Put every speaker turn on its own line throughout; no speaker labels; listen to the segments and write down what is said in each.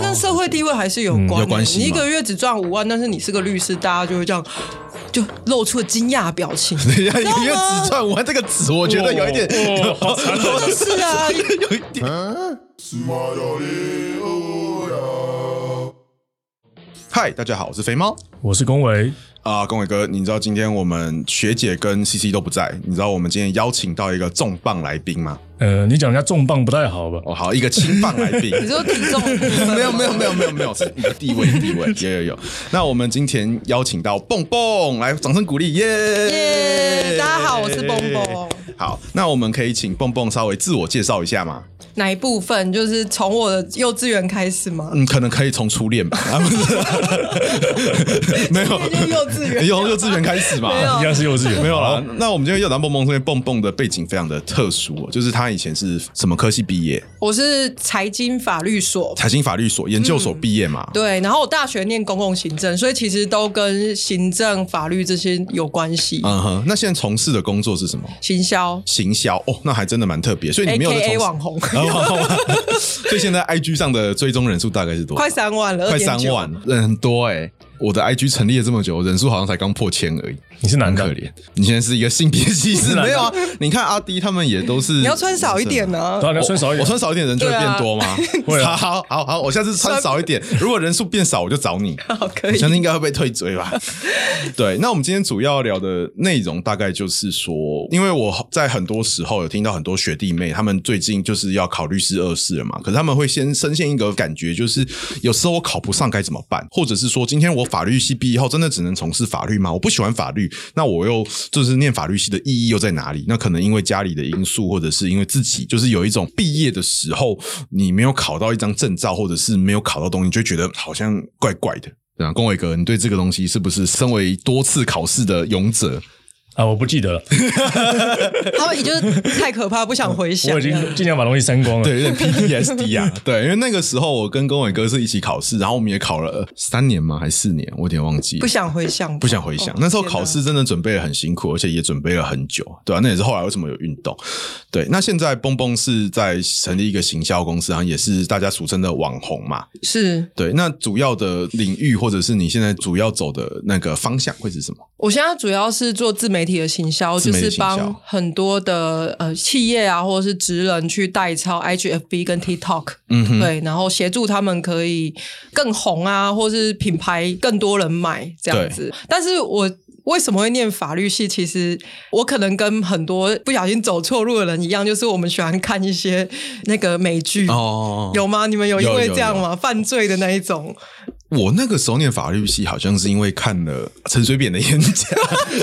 跟社会地位还是有
嗯
关、
有
的。
关系
你一
嘛
个月只赚五万，但是你是个律师，大家就会这样，就露出了惊讶表情。
等一下，一个月只赚五万，这个纸我觉得有一点，
哦，好惨哦
是啊，
有一点。嗨，大家好，我是肥猫。
我是龚维，
啊，龚伟哥，你知道今天我们学姐跟 CC 都不在，你知道我们今天邀请到一个重磅来宾吗？
呃，你讲人家重磅不太好吧？
哦，好，一个轻磅来 宾。
你说体重的部分
没有没有没有没有没有，是你的地位地位有有 有。那我们今天邀请到蹦蹦来，掌声鼓励耶！
耶大家好我是蹦蹦。
好，那我们可以请蹦蹦稍微自我介绍一下吗？
哪一部分？就是从我的幼稚园开始吗？
嗯，可能可以从初恋吧， 啊不是，没 有，
就幼稚园
哎从幼稚园开始嘛，
没有
一样是幼稚园，
没有啦。那我们今天要谈蹦蹦，因为蹦蹦的背景非常的特殊、哦，就是他以前是什么科系毕业？
我是财经法律所。
财经法律所研究所毕业嘛。
对，然后我大学念公共行政，所以其实都跟行政、法律这些有关系。
嗯哼，那现在从事的工作是什么？
行销
行销哦，那还真的蛮特别。所以你没有在从
，A.K.A
事
网红，
然后，所以现在 IG 上的追踪人数大概是多少？
快三万了，
快
2.9
三万，人很多哎、我的 IG 成立了这么久，人数好像才刚破千而已，
你是男
很
的
可怜。你现在是一个性别歧视，
是男的
没有啊？你看阿迪他们也都是，啊
你要穿少一点啊呢、
当然要穿少一
我
点，
穿少一点，人就会
对啊
变 多吗？
会啊
好好好，我下次穿少一点，如果人数变少，我就找你。
好，可
我
以
相。信应该会被退 追吧？对，那我们今天主要聊的内容大概就是说，因为我在很多时候有听到很多学弟妹，他们最近就是要考律师二试了嘛，可是他们会先深陷一个感觉，就是有时候我考不上该怎么办，或者是说今天我法律系毕业后真的只能从事法律吗？我不喜欢法律，那我又就是念法律系的意义又在哪里？那可能因为家里的因素，或者是因为自己，就是有一种毕业的时候你没有考到一张证照，或者是没有考到东西，你就会觉得好像怪怪的。对啊，龚伟哥，你对这个东西是不是身为多次考试的勇者？
啊，我不记得了，
他们也就是太可怕，不想回想
我已。经尽量把东西删光了。
对，有点 PTSD 啊。对，因为那个时候我跟龚伟哥是一起考试，然后我们也考了呃三年吗？还是四年？我有点忘记。
不想哦回想，
不想回想。那时候考试真的准备的很辛苦，而且也准备了很久，对啊，那也是后来为什么有运动。对，那现在蹦蹦是在成立一个行销公司，然后也是大家俗称的网红嘛。
是
对，那主要的领域或者是你现在主要走的那个方向会是什么？
我现在主要是做自媒体的行销，
自
就
媒体
是
行销
帮很多的呃企业啊，或者是职人去代操 IGFB 跟 TikTok，、
嗯哼，
对，然后协助他们可以更红啊，或是品牌更多人买这样子。但是我。为什么会念法律系？其实我可能跟很多不小心走错路的人一样，就是我们喜欢看一些那个美剧，
哦
有吗？你们有因
有
为
有
这样
有
吗？犯罪的那一种，
我那个时候念法律系，好像是因为看了陈水扁的演 讲，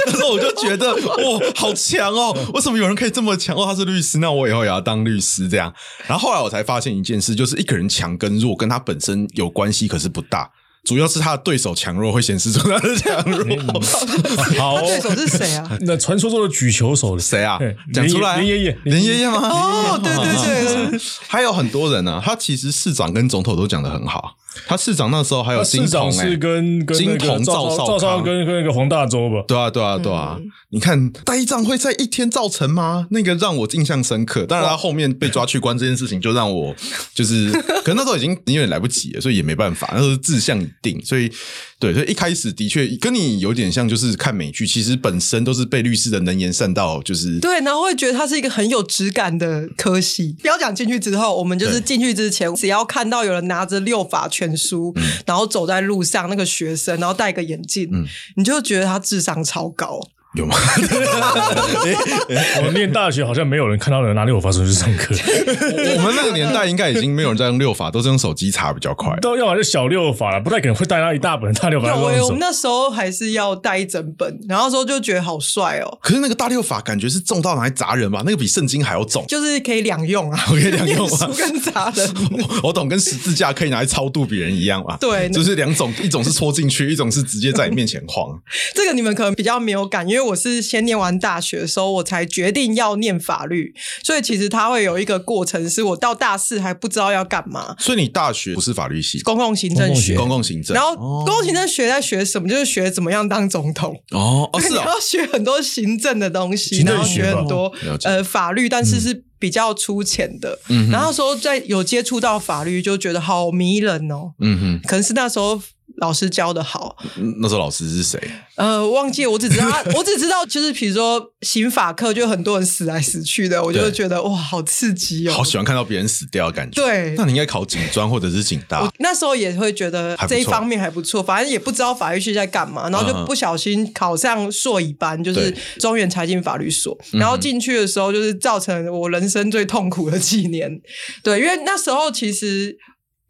那时候我就觉得哇，好强哦！
嗯
为什么有人可以这么强？哦，他是律师，那我以后也要当律师这样。然后后来我才发现一件事，就是一个人强跟弱跟他本身有关系，可是不大。主要是他的对手强弱会显示出他的强弱。
好
他，
哦
对手是谁 啊？
那传说中的举球手
谁啊
哎？
讲出来，
林爷爷
林爷爷吗？
哦，对对对，
还有很多人呢、啊，他其实市长跟总统都讲的很好。他市长那时候还有
啊
新
市
统、
长
欸，
是跟跟
金
那
童
个赵
赵少
赵少
康啊
康跟跟那个黄大洲吧？
对啊，对啊，对啊！你看呆账会在一天造成吗？那个让我印象深刻。当然，他后面被抓去关这件事情，就让我就是， 可能那时候已经有点来不及了，所以也没办法。那时候志向已定，所以对，所以一开始的确跟你有点像，就是看美剧，其实本身都是被律师的能言善道，就是
对，然后会觉得它是一个很有质感的科系。不要讲进去之后，我们就是
对
进去之前，只要看到有人拿着六法全书，
嗯
然后走在路上，那个学生，然后戴个眼镜，
嗯
你就觉得他智商超高。
有吗？
我念大学好像没有人看到人拿六法手去上 课，
我们那个年代应该已经没有人在用六法，都是用手机查比较快。
都要么就小六法了，不太可能会带他一大本大六法在
有诶、
欸
手
我们。那时候还是要带一整本，然后那时候就觉得好帅哦，
可是那个大六法感觉是重到拿来砸人吧？那个比圣经还要 重。
就是可以两用 啊，
可以两用 吗
念书跟砸 人。
我懂，跟十字架可以拿来超度别人一样嘛。
对
就是两种，一种是戳进去，一种是直接在你面前 晃。
这个你们可能比较没有感，因为我是先念完大学的时候，我才决定要念法律，所以其实它会有一个过程，是我到大四还不知道要干嘛，
所以你大学不是法律系，
公共行政学。
公共行政。
然后公共行政学在学什么？就是学怎么样当总 统。啊
哦哦
你
是哦，
要学很多行政的东西，
行政
然后
学
学
吧
很多
了解
呃法律，但是是比较粗浅的，嗯、然后说在有接触到法律，就觉得好迷人哦。
嗯哼，
可能是那时候老师教的好，
嗯那时候老师是谁？
呃，忘记了我只知道， 我只知道就是比如说刑法课，就很多人死来死去的，我就
对
觉得哇，好刺激哦。
好喜欢看到别人死掉的感觉。
对
那你应该考警专或者是警大
我。那时候也会觉得
还不错
这一方面还不错，反正也不知道法律系在干嘛，然后
嗯嗯
就不小心考上硕乙班，就是
对嗯
中原财经法律所。然后进去的时候，就是造成我人生最痛苦的几年。对，因为那时候其实，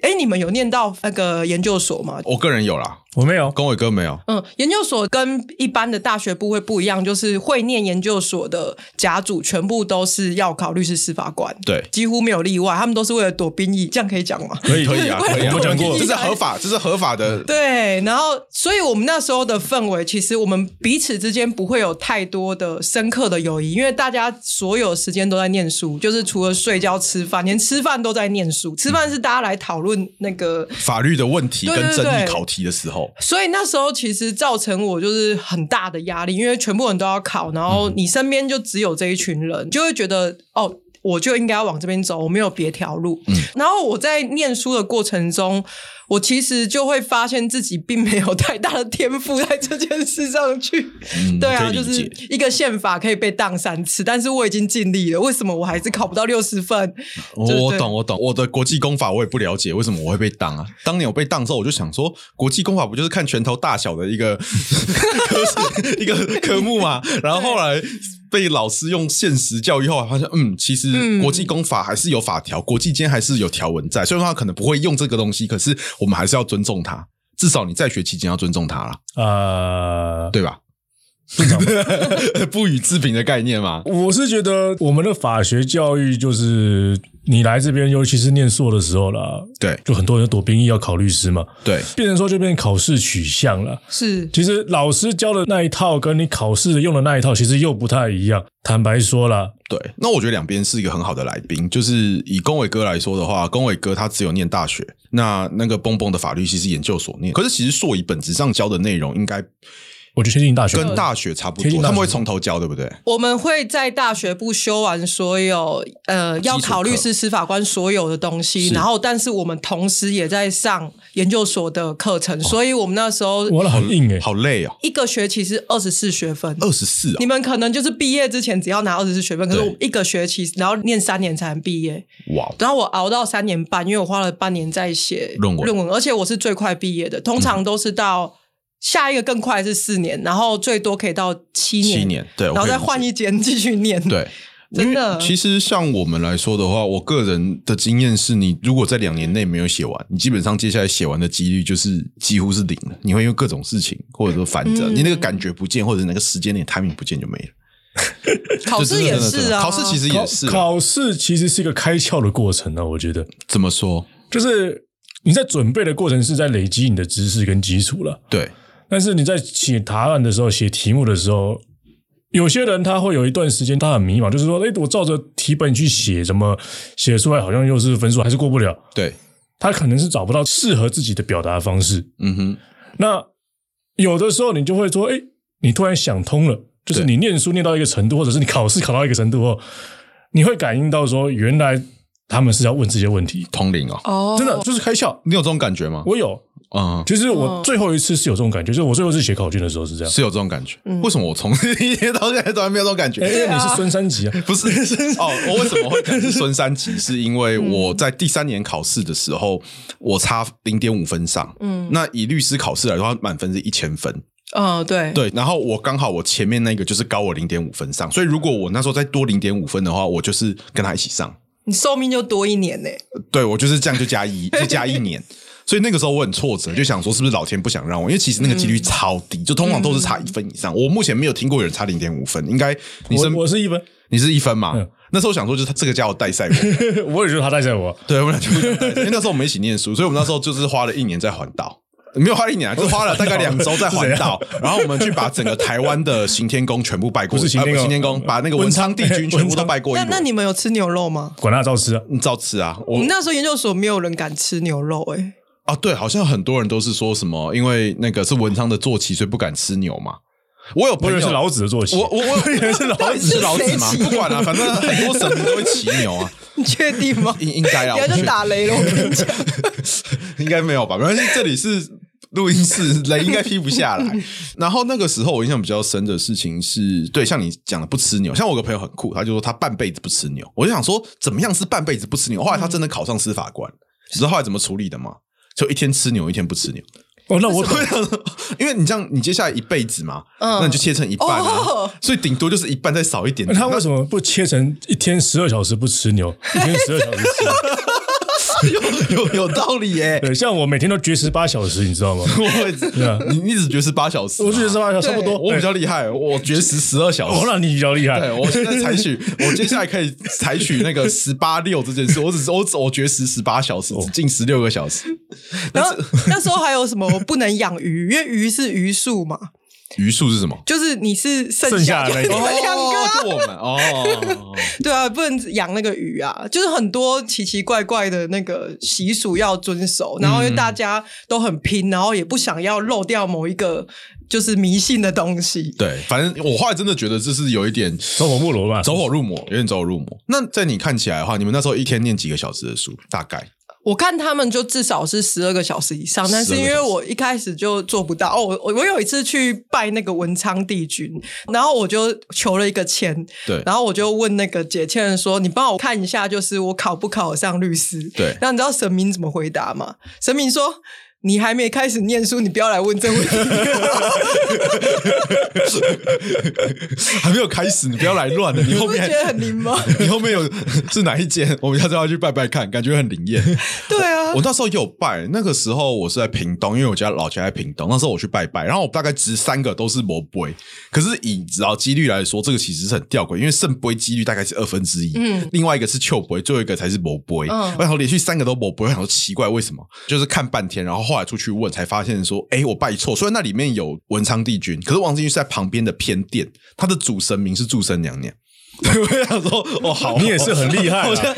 哎，你们有念到那个研究所吗？
我个人有啦，
我没有，
跟伟哥没有。
嗯，研究所跟一般的大学部会不一样，就是会念研究所的甲组全部都是要考律师司法官，
对，
几乎没有例外，他们都是为了躲兵役，这样 可以讲吗？
可以
可以啊，可以啊，
我讲过
这，是合法，这是合法的。
对，然后，所以我们那时候的氛围，其实我们彼此之间不会有太多的深刻的友谊，因为大家所有时间都在念书，就是除了睡觉、吃饭，连吃饭都在念书。吃饭是大家来讨论那个，
法律的问题
对
跟
对
争议
对
考题的时候，
所以那时候其实造成我就是很大的压力，因为全部人都要考，然
嗯
后你身边就只有这一群人，就会觉得哦。我就应该要往这边走，我没有别条路。
嗯
然后我在念书的过程中，我其实就会发现自己并没有太大的天赋在这件事上去。
嗯
对啊，
可以
就
理
是
解
一个宪法可以被当三次，但是我已经尽力了，为什么我还是考不到六十分？对
哦我
对
懂，我懂。我的国际公法我也不了解，为什么我会被当啊？当年我被当之后，我就想说，国际公法不就是看拳头大小的一个科一个科目嘛？然后后来被老师用现实教育后，发现嗯，其实
嗯
国际公法还是有法条，国际间还是有条文在。虽然说他可能不会用这个东西，可是我们还是要尊重它。至少你在学期间要尊重它啦，
呃，
对吧？ 不予置评的概念嘛，
我是觉得我们的法学教育就是你来这边，尤其是念硕的时候啦，
对
就很多人躲兵役要考律师嘛，
对，
变成说就变考试取向了。
是
其实老师教的那一套跟你考试用的那一套其实又不太一样。坦白说啦，
对，那我觉得两边是一个很好的来宾。就是以龚伟哥来说的话，龚伟哥他只有念大学，那那个蹦蹦的法律系是研究所念，可是其实硕以本质上教的内容应该
我就先进大学
跟大学差不
贴近
多，
大
他
学
们会从头教，对不对？
我们会在大学部修完所有呃
础课
要考律师、司法官所有的东西，
是
然后但是我们同时也在上研究所的课程，所以我们那时候
哇，那很硬哎、
好累哦，
一个学期是二十四学分。
二十四
你
啊，
们可能就是毕业之前只要拿二十四学分，可是
对
我一个学期，然后念三年才能毕业。
哇哦，
然后我熬到三年半，因为我花了半年在写
论文
论文，而且我是最快毕业的，通常都是到下一个更快是四年，然后最多可以到七年，
七年，对，
然后再
一。
换一间继续念。，
对，
真的
因为其实像我们来说的话，我个人的经验是，你如果在两年内没有写完，你基本上接下来写完的几率就是几乎是零了。你会因为各种事情，或者说反正、
嗯
你那个感觉不见，或者那个时间点 timing 不见就没了。
考试也
这真的真
是
的
啊，
考试其实也是啊、
考考试其实是一个开窍的过程呢、啊我觉得
怎么说？
就是你在准备的过程是在累积你的知识跟基础了。
对，
但是你在写答案的时候、写题目的时候，有些人他会有一段时间他很迷茫，就是说，哎，我照着题本去写，怎么写出来好像又是分数还是过不了？
对，
他可能是找不到适合自己的表达方式。
嗯哼，
那有的时候你就会说，哎，你突然想通了，就是
对
你念书念到一个程度，或者是你考试考到一个程度后，你会感应到说，原来他们是要问这些问题，
通灵哦，
哦，
真的就是开窍。
你有这种感觉吗？
我有，
嗯。
其实我最后一次是有这种感觉，就是我最后一次写考卷的时候是这样。
是有这种感觉，
嗯
为什么我从一天到现在都还没有这种感觉？
哎，因为你 是孙三 级啊，
不是哦，我为什么会讲是孙三 级？是因为我在第三年考试的时候，我差零点五分上。嗯，那以律师考试来说，它满分是一千分。
嗯，对，
对，然后我刚好我前面那个就是高我零点五分上，所以如果我那时候再多零点五分的话，我就是跟他一起上。
你寿命就多一年呢。
对我就是这样就加一，就加一年。所以那个时候我很挫折，就想说是不是老天不想让我？因为其实那个
嗯
几率超低，就通常都是差一分以上。我目前没有听过有人差零点五分，应该你是
我我是一分，
你是一分嘛？
嗯
那时候想说就是他这个家伙带赛我，
我也觉得他带着我。
对，我们俩就不想带赛因为那时候我们一起念书，所以我们那时候就是花了一年在环岛。没有花了一年啊，就是花了大概两周在环 岛，然后我们去把整个台湾的行天宫全部拜过，
不是行
呃
天宫
行天宫，把那个
文
文昌
昌
帝君全部都拜过一
那
轮。
那你们有吃牛肉吗？
管他照吃啊！
你照吃啊？
我
我
们那时候研究所没有人敢吃牛肉，哎，
哦啊，对，好像很多人都是说什么，因为那个是文昌的坐骑，所以不敢吃牛嘛。我有
我
朋
以为
友
是老子的作息，
我我我
我以为是老
到底 是
子
老子吗
谁？骑
不管了、反正很多神明都会骑牛啊，
你确定 吗？
应应该啦，
不要
我
就
觉得
打雷 了，我跟你讲。
应该没有吧？没关系，这里是录音室，雷应该劈不下来。然后那个时候我印象比较深的事情是，对，像你讲的不吃牛，像我有个朋友很酷，他就说他半辈子不吃牛，我就想说怎么样是半辈子不吃牛？后来他真的考上司法官，你知道后来怎么处理的吗？就一天吃牛，一天不吃牛。
哦，那我
我想说，因为你这样，你接下来一辈子嘛，
嗯
那你就切成一半啊，
哦
所以顶多就是一半再少一点
那
点。
他为
那
什么不切成一天十二小时不吃牛，一天十二小时吃？
有有有道理耶、
对，像我每天都绝食八小时，你知道吗？
我 会，你你只觉得是八小时吗，
我就觉得是八小时差不多。
我比
对
较厉害，我绝食十二小时
哦，。那你比较厉
对
害。
我现在采取，我接下来可以采取那个十八六这件事，我只是我只我绝食十八小时，
哦
只进十六个小时。
然后那时候还有什么不能养鱼， 因为鱼是鱼数嘛，
余数是什么？
就是你是剩
剩
下
下的那一
你
个
们两个啊，
哦就我们哦，
对啊，不能养那个鱼啊，就是很多奇奇怪怪的那个习俗要遵
嗯
守，然后因为大家都很拼，然后也不想要漏掉某一个就是迷信的东西。
对，反正我后来真的觉得这是有一点
走火入魔吧，
啊走火入魔，有点走火入魔。那在你看起来的话，你们那时候一天念几个小时的书？大概
我看他们就至少是十二个小时以上，但是因为我一开始就做不到。哦，我我我有一次去拜那个文昌帝君，然后我就求了一个签，
对
然后我就问那个解签人说：“你帮我看一下，就是我考不考得上律师？”
对
那你知道神明怎么回答吗？神明说：“你还没开始念书，你不要来问这问题。
还没有开始，你不要来乱了，你” 后
你不是
面
觉得很灵 吗？
你后面有是哪一间？我们下次要去拜拜看，感觉很灵验。
对啊
我，那时候也有拜，那个时候我是在屏东，因为我家老家在屏东。那时候我去拜拜，然后我大概值三个都是魔杯，可是以只要几率来说，这个其实是很吊诡，因为圣杯几率大概是二分之一，嗯，另外一个是旧杯，最后一个才是魔杯。
嗯
然后连续三个都魔杯，我想说奇怪为什么？就是看半天，然后后来出去问才发现说，哎，我拜错。虽然那里面有文昌帝君，可是王金玉是在旁边的偏殿，他的主神明是祝生娘 娘。我想说，哦，好，
你也是很厉 害啊
好像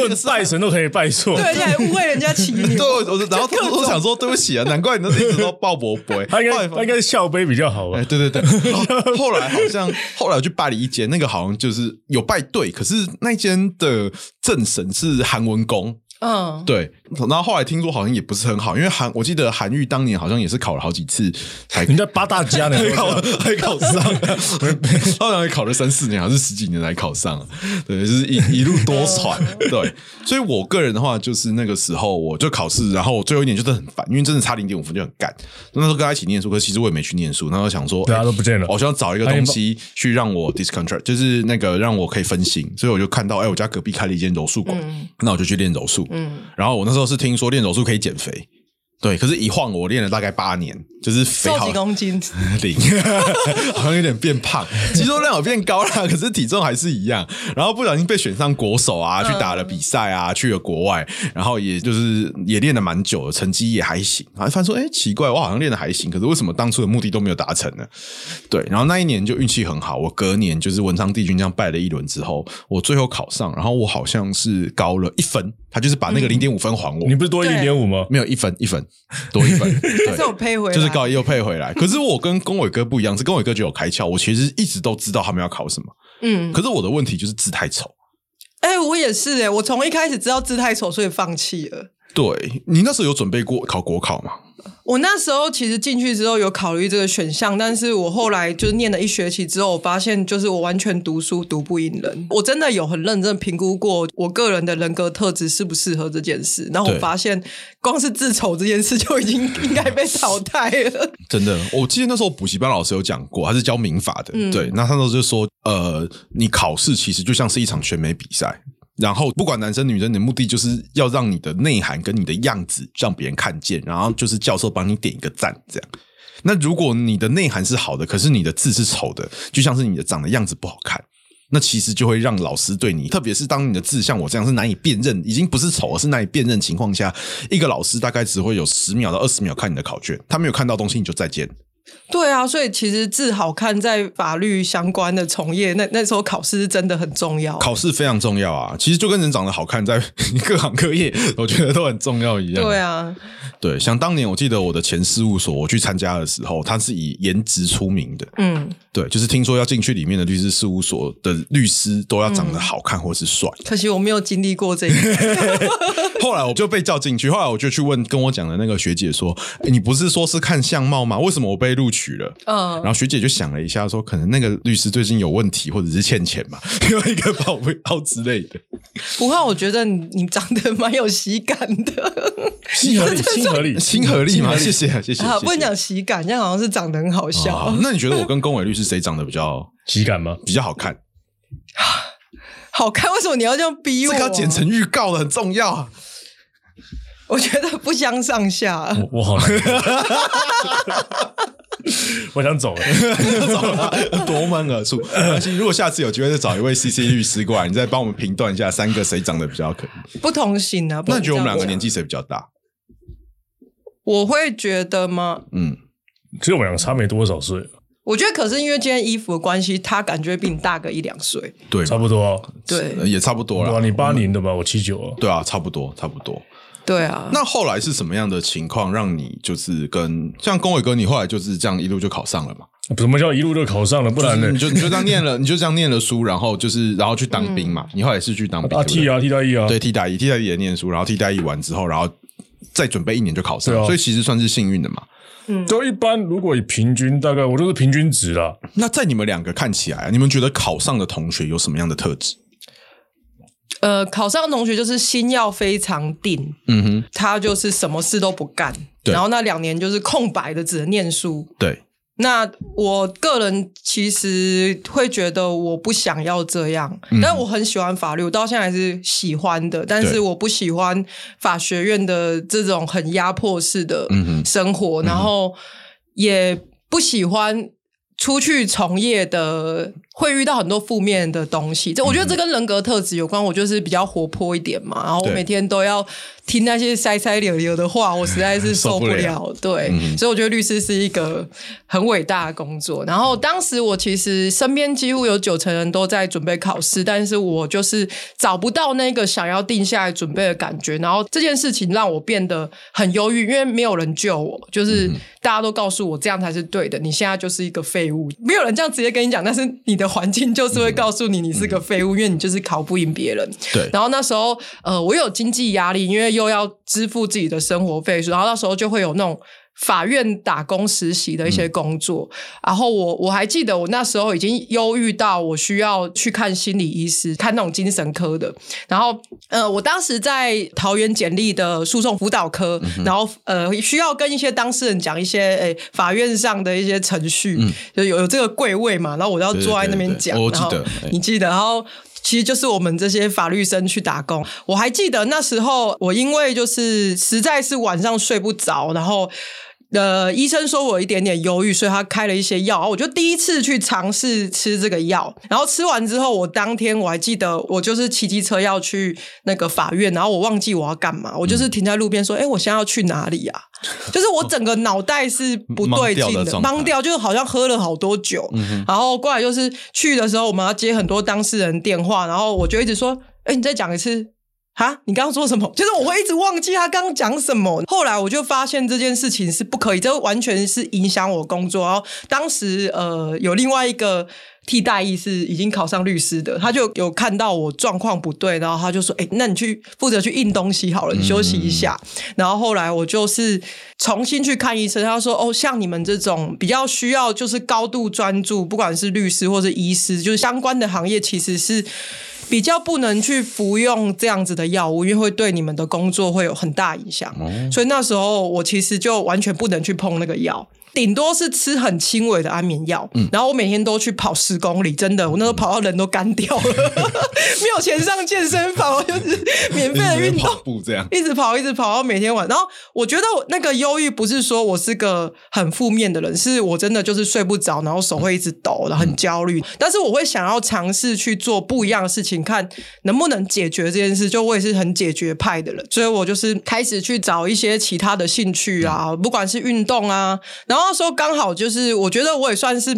问拜神都可以拜错
对，。而且还误会人家骑牛
对，。我我然后我我想说对不起啊，难怪你那一直都鲍勃杯，
他应
后
该
来发
他应该是笑杯比较好吧
哎，？对对对，然后后来好像后来我去拜了一间，那个好像就是有拜对，可是那间的正神是韩文公，
嗯，
对，然后后来听说好像也不是很好，因为韩我记得韩愈当年好像也是考了好几次才
人家八大家 呢？
还考还考上， 他好像考了三四年还是十几年才考上，啊对，就是一一路多舛，对。所以我个人的话，就是那个时候我就考试，然后我最后一年就是很烦，因为真的差零点五分就很干。那时候跟他一起念书，可是其实我也没去念书，然后想说，哎
对啊都不见了
我想要找一个东西去让我 discontract，就是那个让我可以分心，所以我就看到，哎，我家隔壁开了一间柔术馆，那我就去练柔术，嗯，然后我那时候是听说练柔术可以减肥。对，可是一晃我练了大概八年，就是肥
瘦
好
几公斤，
零， 好像有点变胖，肌肉量有变高啦，可是体重还是一样。然后不小心被选上国手啊，去打了比赛啊，去了国外，然后也就是也练了蛮久的，成绩也还行。然后发现说，哎、奇怪，我好像练的还行，可是为什么当初的目的都没有达成呢？对，然后那一年就运气很好，我隔年就是文昌帝君这样拜了一轮之后，我最后考上，然后我好像是高了一分，他就是把那个零点五分还我。
你不是多一点五吗？
没有一分一分多一分，对
还是有配回来？
就是高一又配回来。可是我跟龚伟哥不一样，是龚伟哥就有开窍。我其实一直都知道他们要考什么，
嗯，
可是我的问题就是字太丑。
哎、我也是哎、我从一开始知道字太丑，所以放弃了。
对你那时候有准备过考国考吗？
我那时候其实进去之后有考虑这个选项，但是我后来就是念了一学期之后，我发现就是我完全读书读不赢人。我真的有很认真评估过我个人的人格特质适不适合这件事，然后我
对
发现光是自丑这件事就已经 应该被淘汰了。
真的，我记得那时候补习班老师有讲过，他是教民法的。
嗯
对，那他那时候就说，呃，你考试其实就像是一场选美比赛。然后不管男生女生，你的目的就是要让你的内涵跟你的样子让别人看见，然后就是教授帮你点一个赞，这样。那如果你的内涵是好的，可是你的字是丑的，就像是你的长的样子不好看，那其实就会让老师对你，特别是当你的字像我这样是难以辨认，已经不是丑，而是难以辨认情况下，一个老师大概只会有十秒到二十秒看你的考卷，他没有看到东西你就再见。
对啊，所以其实字好看在法律相关的从业，那那时候考试是真的很重要。
考试非常重要啊，其实就跟人长得好看在 各行各业，我觉得都很重要一样。
对啊，
对，想当年我记得我的前事务所，我去参加的时候，它是以颜值出名的。
嗯，
对，就是听说要进去里面的律师事务所的律师都要长得好看或是帅。
可惜我没有经历过这一 段。
后来我就被叫进去，后来我就去问跟我讲的那个学姐说：“诶你不是说是看相貌吗？为什么我被录取了？”然
嗯，
后学姐就想了一下，说可能那个律师最近有问题，或者是欠钱嘛， 有一个保不到之类的。
不过我觉得你你长得蛮有喜感的
亲和力，亲和 力，
亲和力嘛，谢谢谢谢。哦
啊，
谢谢
不能讲喜感，这样好像是长得很好笑。
哦那你觉得我跟龚伟律师谁长得比较
喜感吗？
比较好看？
好看，为什么你要这样逼
这
我？
个要剪成预告的很重要 啊。
我觉得不相上下。
嗯
我我好难 过，我想走了。
啊夺门而出。没关系如果下次有机会，再找一位 CC 律师过来，你再帮我们评断一下三个谁长得比较可 以。
不同型啊。不
那
能
你觉得我们
这样
两个
讲
年？纪谁比较大？
我会觉得吗？
嗯，
其实我们两个差没多少岁，
我觉得可是因为今天衣服的关系，他感觉比你大个一两岁。
对
差不多。
对
呃也差不多
对啊，
了。
你八零的吧，我七九啊。
对啊，差不多，差不多。
对啊，
那后来是什么样的情况让你就是跟像龚伟哥，你后来就是这样一路就考上了嘛？
什么叫一路就考上了？不然呢
你？就你就这样念了，你 就这样念了书，然后就是然后去
嗯
当兵嘛？你后来是去当兵
啊
对不对
，T 啊，T 到 E 啊，
对，替代役，替代役也念书，然后替代役完之后，然后再准备一年就考上，
对啊
所以其实算是幸运的嘛。
都一般。如果以平均，大概我就是平均值啦。
那在你们两个看起来，啊你们觉得考上的同学有什么样的特质？
呃，考上的同学就是心要非常定，
嗯哼，
他就是什么事都不干，
对
然后那两年就是空白的，只能念书。
对，
那我个人其实会觉得我不想要这样，但我很喜欢法律，我到现在还是喜欢的，但
嗯对
是我不喜欢法学院的这种很压迫式的
嗯哼
生活，然后也不喜欢。出去从业的会遇到很多负面的东西，这我
嗯
觉得这跟人格特质有关。我就是比较活泼一点嘛，然后我
对
每天都要听那些塞塞柳柳的话，我实在是
受
受
不
不
了
了。对，
嗯
所以我觉得律师是一个很伟大的工作。然后当时我其实身边几乎有九成人都在准备考试，但是我就是找不到那个想要定下来准备的感觉。然后这件事情让我变得很忧郁，因为没有人救我，就是大家都告诉我这样才是对的，你现在就是一个废物，没有人这样直接跟你讲，但是你的环境就是会告诉你你是个废物，因为你就是考不赢别人。
对，
然后那时候，呃，我有经济压力，因为又要支付自己的生活费，然后那时候就会有那种法院打工实习的一些工作。
嗯
然后我我还记得，我那时候已经忧郁到我需要去看心理医师，看那种精神科的。然后，呃，我当时在桃园简历的诉讼辅导科，
嗯
然后呃，需要跟一些当事人讲一些诶法院上的一些程序，就有有这个柜位嘛，然后我都要
嗯对对
坐在那边
对对
讲。
我记
然后
得哎
你记得，然后。其实就是我们这些法律生去打工。我还记得那时候，我因为就是实在是晚上睡不着，然后呃，医生说我有一点点忧郁，所以他开了一些药。然后我就第一次去尝试吃这个药，然后吃完之后，我当天我还记得，我就是骑机车要去那个法院，然后我忘记我要干嘛，我就是停在路边说：“哎、我现在要去哪里啊？”就是我整个脑袋是不对劲
懵掉的
的，
状态
懵掉，就是好像喝了好多酒。
嗯
然后过来就是去的时候，我们要接很多当事人电话，然后我就一直说：“哎、你再讲一次。”啊，你刚刚说什么？ 就是我会一直忘记他刚刚讲什么。后来我就发现这件事情是不可以，这完全是影响我工作。然后当时呃，有另外一个替代役是已经考上律师的，他就有看到我状况不对，然后他就说：“哎、那你去负责去印东西好了，你休息一下。然后后来我就是重新去看医生，他说：“哦，像你们这种比较需要就是高度专注，不管是律师或是医师，就是相关的行业，其实是比较不能去服用这样子的药物，因为会对你们的工作会有很大影响。所以那时候我其实就完全不能去碰那个药。”顶多是吃很轻微的安眠药，然后我每天都去跑十公里，真的，我那时候跑到人都干掉了， 没有钱上健身房，我就是免费的
一直
运动
跑，步这样。
一直跑，一直跑，然后每天晚。然后我觉得我那个忧郁不是说我是个很负面的人，是我真的就是睡不着，然后手会一直抖，然后很焦虑。但是我会想要尝试去做不一样的事情，看能不能解决这件事。就我也是很解决派的人，所以我就是开始去找一些其他的兴趣啊，不管是运动啊。然后那时候刚好就是，我觉得我也算是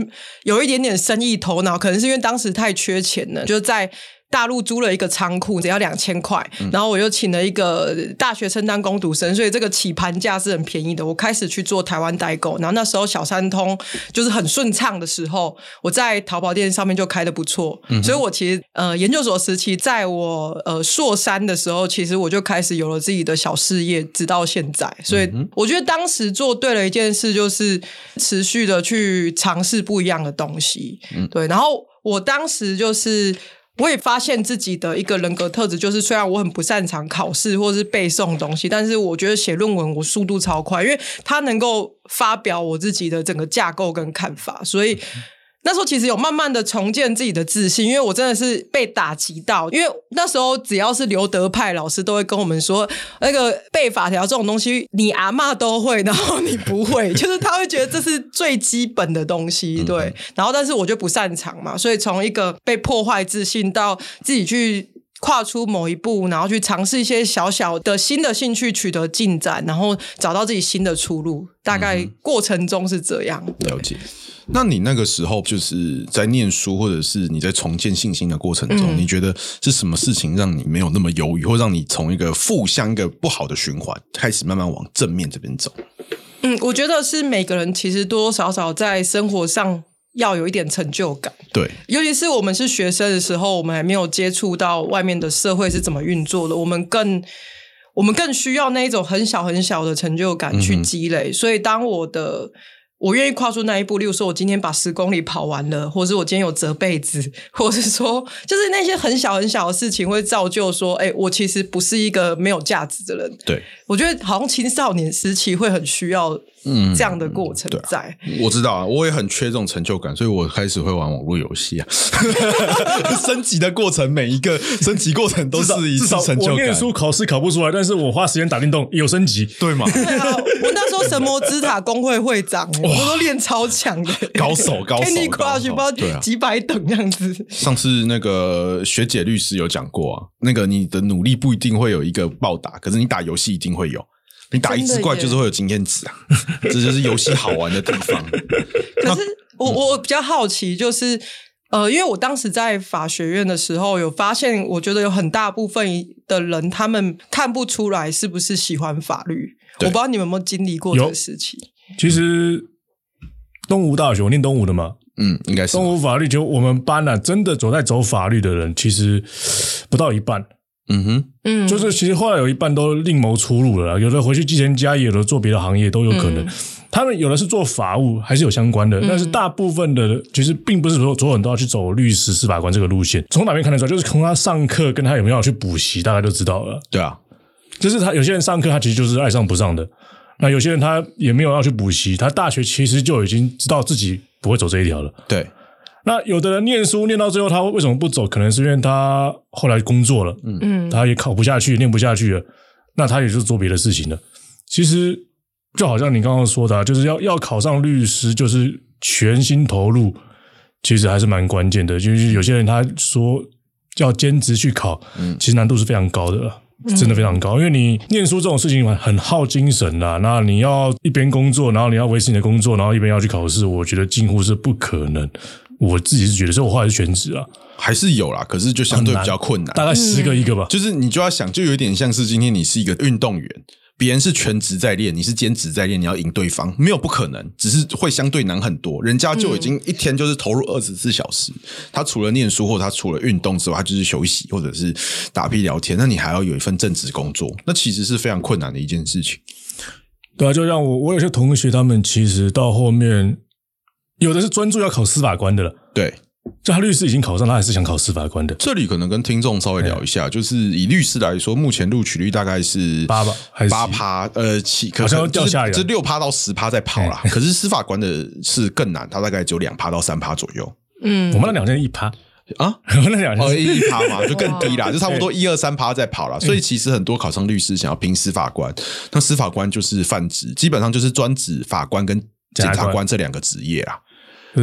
有一点点生意头脑，可能是因为当时太缺钱了，就在。大陆租了一个仓库，只要两千块，然后我又请了一个大学生当工读生，所以这个起盘价是很便宜的。我开始去做台湾代购，然后那时候小三通就是很顺畅的时候，我在淘宝店上面就开的不错，所以我其实呃研究所时期，在我呃硕三的时候，其实我就开始有了自己的小事业，直到现在。所以我觉得当时做对了一件事，就是持续的去尝试不一样的东西。对，然后我当时就是。我也发现自己的一个人格特质，就是虽然我很不擅长考试或是背诵东西，但是我觉得写论文我速度超快，因为它能够发表我自己的整个架构跟看法，所以。那时候其实有慢慢的重建自己的自信，因为我真的是被打击到，因为那时候只要是刘德派老师都会跟我们说，那个背法条这种东西，你阿嬷都会，然后你不会， 就是他会觉得这是最基本的东西，对。然后但是我就不擅长嘛，所以从一个被破坏自信到自己去。跨出某一步，然后去尝试一些小小的新的兴趣，取得进展，然后找到自己新的出路。大概过程中是这样。
了解。那你那个时候就是在念书，或者是你在重建信心的过程
嗯
中，你觉得是什么事情让你没有那么犹豫，或让你从一个负向、一个不好的循环开始慢慢往正面这边走？
嗯，我觉得是每个人其实多多少少在生活上要有一点成就感，
对，
尤其是我们是学生的时候，我们还没有接触到外面的社会是怎么运作的，我们更我们更需要那一种很小很小的成就感去积累。所以，当我的我愿意跨出那一步，例如说我今天把十公里跑完了，或是我今天有折被子，或是说就是那些很小很小的事情，会造就说，哎、我其实不是一个没有价值的人。
对，
我觉得好像青少年时期会很需要
嗯
这样的过程
对啊
在。
我知道啊，我也很缺这种成就感，所以我开始会玩网络游戏 啊。升级的过程，每一个升级过程都
至少
哦是一
至
次
少
成就
我念
感，
书考试考不出来，但是我花时间打电动有升级。
对嘛？
对啊，我那时候神魔之塔工会会长，我都练超强的，
高手高手
Candy
高
Crush
手
不知
对
道
啊
几百等这样子。
上次那个学姐律师有讲过啊，那个你的努力不一定会有一个报答，可是你打游戏一定会有。你打一只怪
真的耶
就是会有经验值啊， 这就是游戏好玩的地方。
可是
嗯
我我比较好奇，就是呃，因为我当时在法学院的时候，有发现，我觉得有很大部分的人他们看不出来是不是喜欢法律。我
对
不知道你们有没有经历过这个
有
事情？
其实东吴大学，我念东吴的嘛，
嗯，应该是
东吴法律就我们班啊，真的走在走法律的人，其实不到一半。
嗯哼，
嗯，
就是其实后来有一半都另谋出路了啦，有的回去继承家业，有的做别的行业都有可能。他们有的是做法务，还是有相关的，但是大部分的其实并不是说所有人都要去走律师、司法官这个路线。从哪边看得出来？就是从他上课跟他有没有要去补习，大概就知道了。
对啊，
就是他有些人上课，他其实就是爱上不上的；那有些人他也没有要去补习，他大学其实就已经知道自己不会走这一条了。
对，
那有的人念书念到最后，他为什么不走？可能是因为他后来工作了，
嗯，
他也考不下去，念不下去了，那他也就做别的事情了。其实就好像你刚刚说的、啊，就是要要考上律师，就是全心投入，其实还是蛮关键的。就是有些人他说要兼职去考，其实难度是非常高的了。真的非常高，因为你念书这种事情很很耗精神啦、那你要一边工作，然后你要维持你的工作，然后一边要去考试，我觉得近乎是不可能。我自己是觉得，所以我后来是全职啊，
还是有啦，可是就相对比较困难。
大概十个一个吧。
就是你就要想，就有点像是今天你是一个运动员，别人是全职在练，你是兼职在练，你要赢对方没有不可能，只是会相对难很多。人家就已经一天就是投入二十四小时，他除了念书或者他除了运动之外，他就是休息或者是打屁聊天，那你还要有一份正职工作，那其实是非常困难的一件事情。
对啊，就像我，我有些同学他们其实到后面，有的是专注要考司法官的了，
对，
就他律师已经考上，他还是想考司法官的，
这里可能跟听众稍微聊一下，就是以律师来说，目前录取率大概是
八吧还是
八趴？呃，七，可
好
是
像要掉下来了
这六趴到十趴在跑啦。可是司法官的是更难，它大概只有两趴到三趴左右
嗯
我们那两千一趴，
啊，
我们那两
哦，
千，
一一趴嘛，就更低啦，就差不多一二三趴在跑啦。所
嗯
以其实很多考上律师想要拼司法官，那司法官就是泛职，基本上就是专指法官跟检察官这两个职业啊。
呃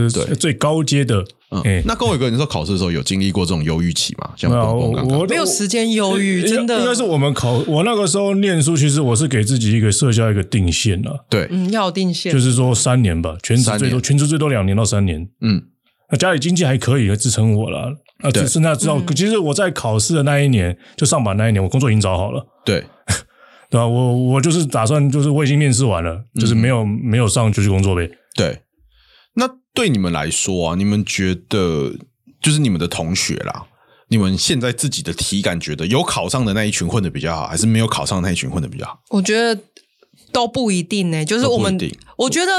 对
最高阶的。
嗯，
哎
那跟我一个人说考试的时候有经历过这种忧郁期吗？像
没有，
蹦蹦
啊我
刚刚，
我
没有时间忧郁，真的
应该是我们考我那个时候念书，其实我是给自己一个社交一个定线啊，
对，
嗯要有定线，
就是说三年吧，全职
三
最多
年
全职最多两年到三年。
嗯，
那家里经济还可以，支撑我了。啊，
对
只是那知
嗯
道，其实我在考试的那一年，就上榜那一年，我工作已经找好了。
对，
对吧、啊我我就是打算，就是我已经面试完了，就是没有没有上就去工作呗。
对，那对你们来说啊，你们觉得就是你们的同学啦，你们现在自己的体感觉得有考上的那一群混的比较好，还是没有考上的那一群混的比较好？
我觉得都不一定呢、就是
都
我
不一
们
定，
我觉得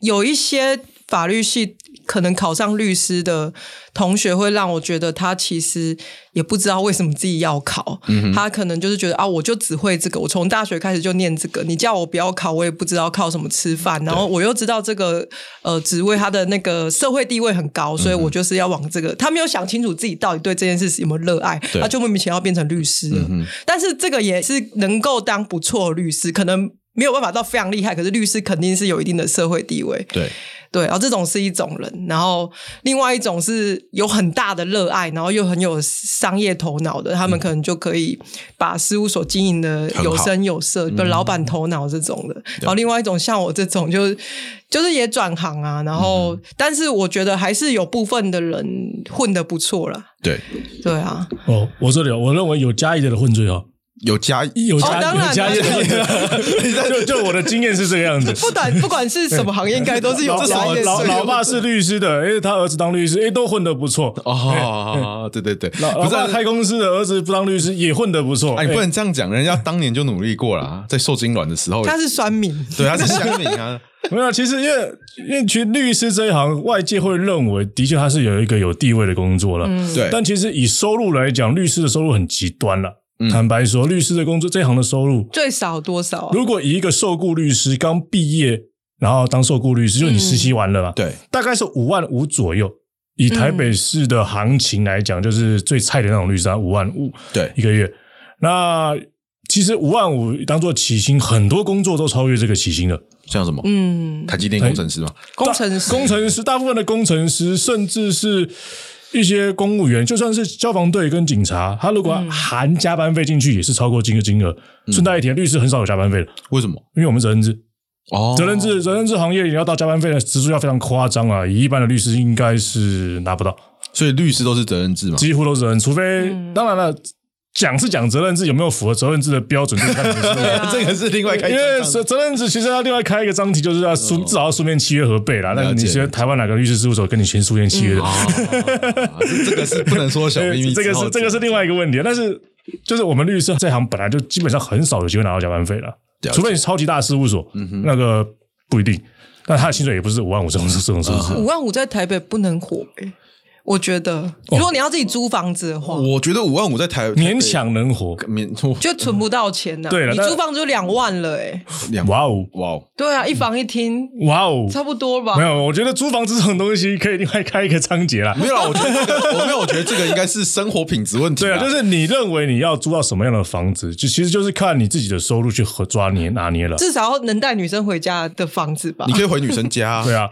有一些法律系可能考上律师的同学，会让我觉得他其实也不知道为什么自己要考，
嗯
他可能就是觉得啊，我就只会这个，我从大学开始就念这个，你叫我不要考，我也不知道靠什么吃饭，然后我又知道这个呃职位他的那个社会地位很高，
嗯
所以我就是要往这个，他没有想清楚自己到底对这件事有没有热爱，
对
他就莫名其妙变成律师了。但是这个也是能够当不错的律师，可能没有办法到非常厉害，可是律师肯定是有一定的社会地位。
对，
对，然后这种是一种人，然后另外一种是有很大的热爱，然后又很有商业头脑的，他们可能就可以把事务所经营的
很好
有声有色，对老板头脑这种的。然后另外一种像我这种，就是就是也转行啊，然后、但是我觉得还是有部分的人混得不错了，
对，
对啊，
哦，我这里有我认为有加一的混最好，
有加一，
有
哦
加、
当然
有加一的混最 好。就就我的经验是这个样子。
不管不管是什么行业，应该都是有
老
这
老
种
老老爸是律师的，哎，他儿子当律师，哎，都混得不错。
哦，对对对，
老
不
老
是啊
爸开公司的儿子不当律师也混得不错。
哎，你
哎
不能这样讲，人家当年就努力过了，在受精卵的时候，
他是酸民，
对，他是乡民 啊，
没有，其实因为因为其实律师这一行，外界会认为的确他是有一个有地位的工作了。
嗯
对，
但其实以收入来讲，律师的收入很极端了。坦白说，律师的工作这一行的收入，
最少多少、啊？
如果以一个受雇律师刚毕业，然后当受雇律师，就是你实习完了嘛，，
嗯对，嗯
大概是五万五左右。以台北市的行情来讲，就是最菜的那种律师，五万五
对
一个月。那其实五万五当做起薪，很多工作都超越这个起薪了。
像什么
嗯，
台积电工程师嘛，
工程师，
工程师大部分的工程师，甚至是一些公务员，就算是消防队跟警察，他如果
嗯
含加班费进去，也是超过金额金额。顺带一提，律师很少有加班费的，
为什么？
因为我们责任制，
哦，
责任制，责任制行业也要到加班费的时数要非常夸张啊！以一般的律师应该是拿不到，
所以律师都是责任制嘛，
几乎都是责任，除非
嗯
当然了，讲是讲责任制，有没有符合责任制的标准，这个看你是
啊
这个是另外开
因
一
为
章
责责任制其实要另外开一个章题，就是要书至少要书面契约核备啦。但是
嗯了
你
解嗯
觉得台湾哪个律师事务所跟你签书面契约的？
哦啊，这这个是不能说小秘密，
这个是这个是另外一个问题，啊但是就是我们律师这行本来就基本上很少有机会拿到加班费了，
解
除非你是超级大事务所，那个不一定。但他的薪水也不是五万五这种这种数字，
五万五在台北不能火、欸，我觉得，如果你要自己租房子的话，
我觉得五万五在台
勉强能活。
勉
就存不到钱呐、
对了
你
但
租房子就两万了、欸，哎，
两
哇哦，
哇哦，
对啊，一房一厅、
哇哦，
差不多吧
没。有，我觉得租房子这种东西可以另外开一个章 节啦。
没有啦，我觉得这个我没有，我觉得这个应该是生活品质问题
对
啦。
啊，就是你认为你要租到什么样的房子，就其实就是看你自己的收入去和抓捏拿捏了。
至少要能带女生回家的房子吧
你。可以回女生家，
对，啊，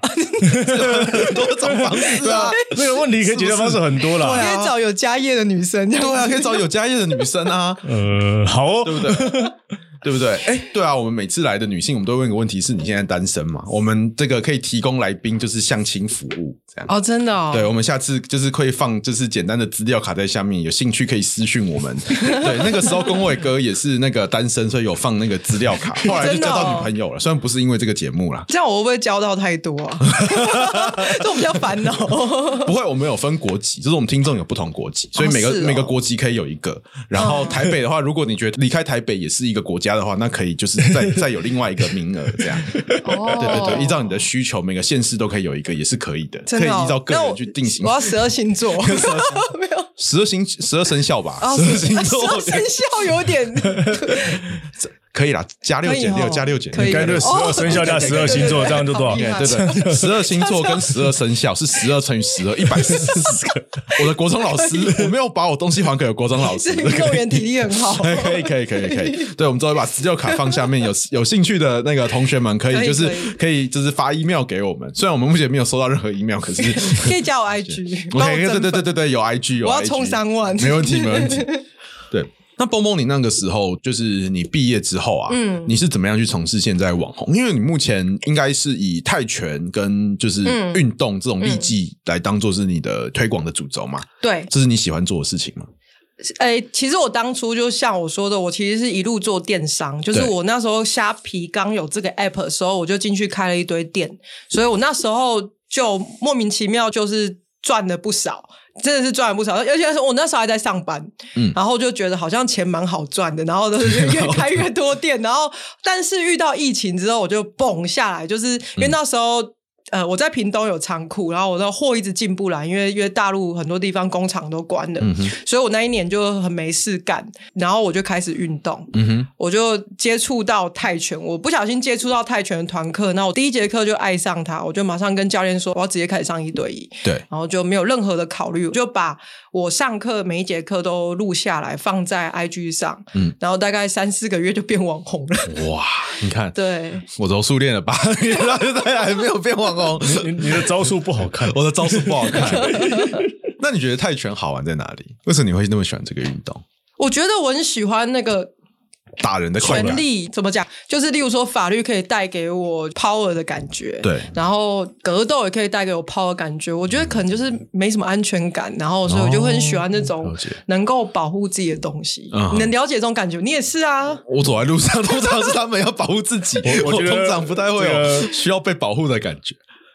很多种房子啊，
这个问题可以解决方式很多
对
啦。
啊
可以找有家业的女生，
对啊，可以找有家业的女生啊，
呃，好哦，
对不对？对不对？哎，对啊，我们每次来的女性，我们都会问一个问题：是你现在单身吗？我们这个可以提供来宾就是相亲服务这样。
哦，真的哦，
对，我们下次就是可以放就是简单的资料卡在下面，有兴趣可以私讯 我们。对，那个时候龚伟哥也是那个单身，所以有放那个资料 卡，后来就交
哦
到女朋友了。虽然不是因为这个节目啦，
这样我会不会交到太多啊？ 这我比较烦恼。
不会，我们有分国籍，就是我们听众有不同国籍，所以每个、
哦是哦
每个国籍可以有一个。然后台北的话，如果你觉得离开台北也是一个国家的话，那可以就是 再再有另外一个名额这样。
哦，
对对对，依照你的需求，每个县市都可以有一个，也是可以的，
真
可以
的哦
依照个
那
人
我
去定型
我。要十二星 座， 没有。
十二星十二生肖吧，
哦，
十二星
十
座
二生肖有点
可以啦，加六减
可以
六
哦
加六减
可以
六。
干脆十
哦
二生肖加十二星座，这样就多少？
对
对对 对，十二星座跟十二生肖是十二乘以十二，一百四十四个。 我的国中老 师，我没有把我东西还给我国中老师
是。运动员体力很好，
可以可以可以可以，对，我们之后把资料卡放下 面，有有兴趣的那个同学们可
可
以
以
就是
可以
可以就是发 email 给我们，虽然我们目前没有收到任何 email，可是
可以加我 IG，帮我
OK，对
增
对对
粉
对对，有 IG 有 IG，
我要冲三万
没问题没 问题。对，那蹦蹦，你那个时候就是你毕业之后啊，
嗯
你是怎么样去从事现在网红？因为你目前应该是以泰拳跟就是
嗯
运动这种利技来当做是你的推广的主轴嘛，
对，
这是你喜欢做的事情嘛？
诶、哎其实我当初就像我说的，我其实是一路做电商，就是
对
我那时候虾皮刚有这个 app 的时候，我就进去开了一堆店，所以我那时候就莫名其妙就是赚了不少。真的是赚了不少，而且是我那时候还在上班，
嗯
然后就觉得好像钱蛮好赚的，然后都 是越开越多店，然后但是遇到疫情之后，我就蹦下来，就是因为
嗯
那时候、呃我在屏东有仓库，然后我的货一直进不来，因为因为大陆很多地方工厂都关了，
嗯哼，
所以我那一年就很没事干，然后我就开始运动，
嗯哼，
我就接触到泰拳，我不小心接触到泰拳的团课，那我第一节课就爱上它，我就马上跟教练说我要直接开始上一对一，
对，
然后就没有任何的考虑，就把我上课每一节课都录下来放在 IG 上，
嗯
然后大概三四个月就变网红 了，
哇，你看
对，
我柔术练了 八年，到现在还没有变网红，
你你的招数不好 看，
我的招数不好 看。那你觉得泰拳好玩在哪里？为什么你会那么喜欢这个运动？
我觉得我很喜欢那个
打人的快啊
权
感，
利怎么讲？就是例如说，法律可以带给我 power 的感觉，
对
然后格斗也可以带给我 power 的感觉。我觉得可能就是没什么安全感，然后所以我就会很喜欢那
哦
种
了解
能够保护自己的东西。
嗯
你能了解这种感觉？你也是啊，
我走在路上， 通常是他们要保护自己，
我
我
我觉得
通常不太会
这
有
个
需要被保护的感觉。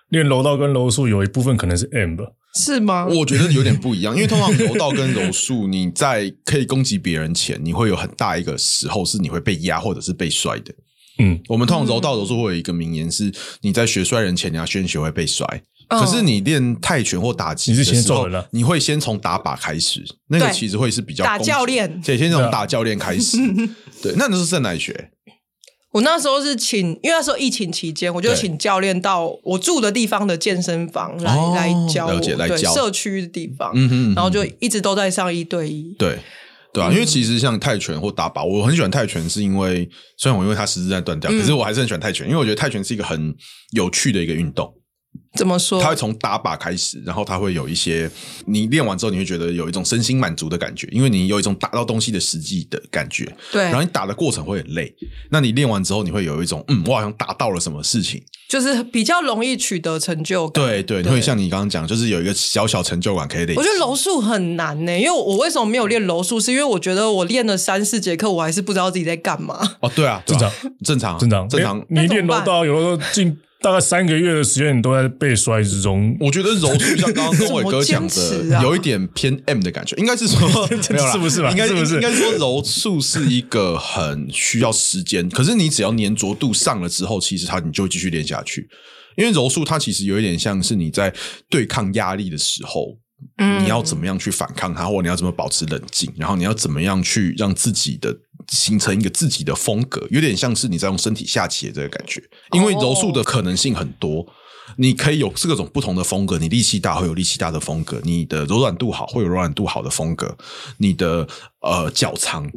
练柔道跟柔术有一部分可能是 M 吧，
是吗？
我觉得有点不一样，因为通常柔道跟柔术，你在可以攻击别人前，你会有很大一个时候是你会被压或者是被摔的。
嗯，
我们通常柔道、柔术会有一个名言是：你在学摔人前，你要先学会被摔。
嗯
可是你练泰拳或打击的时候，
你是先揍人了
你会先从打靶开始，那个
对
其实会是比较
打
攻击
教练
对，先
啊
从打教练开 始。对，那你是在哪里学？
我那时候是请，因为那时候疫情期间，我就
对
请教练到我住的地方的健身房来、
哦
来教
了
我，
解来
对
教
社区的地方，
嗯哼嗯哼
然后就一直都在上一对一。
对对
嗯
啊，因为其实像泰拳或打靶，我很喜欢泰拳，是因为虽然我因为它十字在断掉，
嗯
可是我还是很喜欢泰拳，因为我觉得泰拳是一个很有趣的一个运动。
怎么说？
它会从打靶开始，然后它会有一些你练完之后，你会觉得有一种身心满足的感觉，因为你有一种打到东西的实际的感觉。
对，
然后你打的过程会很累，那你练完之后，你会有一种嗯，我好像达到了什么事情。
就是比较容易取得成就感。
对对，你会像你刚刚讲，就是有一个小小成就感可以累积。
我觉得柔术很难欸呢、因为我为什么没有练柔术，是因为我觉得我练了三四节课，我还是不知道自己在干嘛。
哦，对啊，对啊
正
正
常
常啊
正常
正常。
你你练柔道有时候近大概三个月的时间，你都在被摔之中，
我觉得柔术像刚刚跟伟哥 讲
怎么坚
的，
持啊
有一点偏 M 的感觉，应该是 说没有啦，
是不是嘛
应该
是不是
应该说柔术是一个很需要时间，可是你只要粘着度上了之后，其实它你就会继续练下去。因为柔术它其实有一点像是你在对抗压力的时候，
嗯
你要怎么样去反抗它，或你要怎么保持冷静，然后你要怎么样去让自己的形成一个自己的风格，有点像是你在用身体下棋的这个感觉。因为柔
哦
术的可能性很多，你可以有各种不同的风格，你力气大会有力气大的风格，你的柔软度好会有柔软度好的风格，你的呃脚长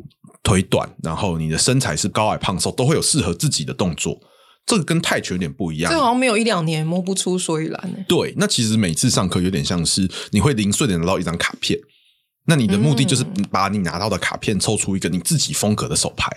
腿短，然后你的身材是高矮胖瘦都会有适合自己的动作。这个跟泰拳有点不一样，
这好像没有一两年摸不出所以然欸呢、
对，那其实每次上课有点像是你会零碎的拿到一张卡片，那你的目的就是把你拿到的卡片抽出一个你自己风格的手牌，